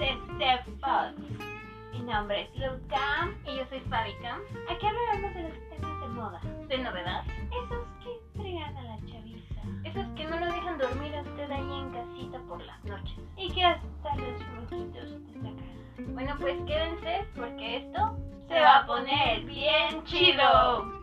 este Mi nombre es Lou Camp y yo soy Fabi Camp. Aquí hablaremos de los temas de moda, de novedad, esos que entregan a la chaviza, esos que no lo dejan dormir a usted ahí en casita por las noches y que hasta los rojitos te sacan. Bueno, pues quédense porque esto se va a poner bien chido.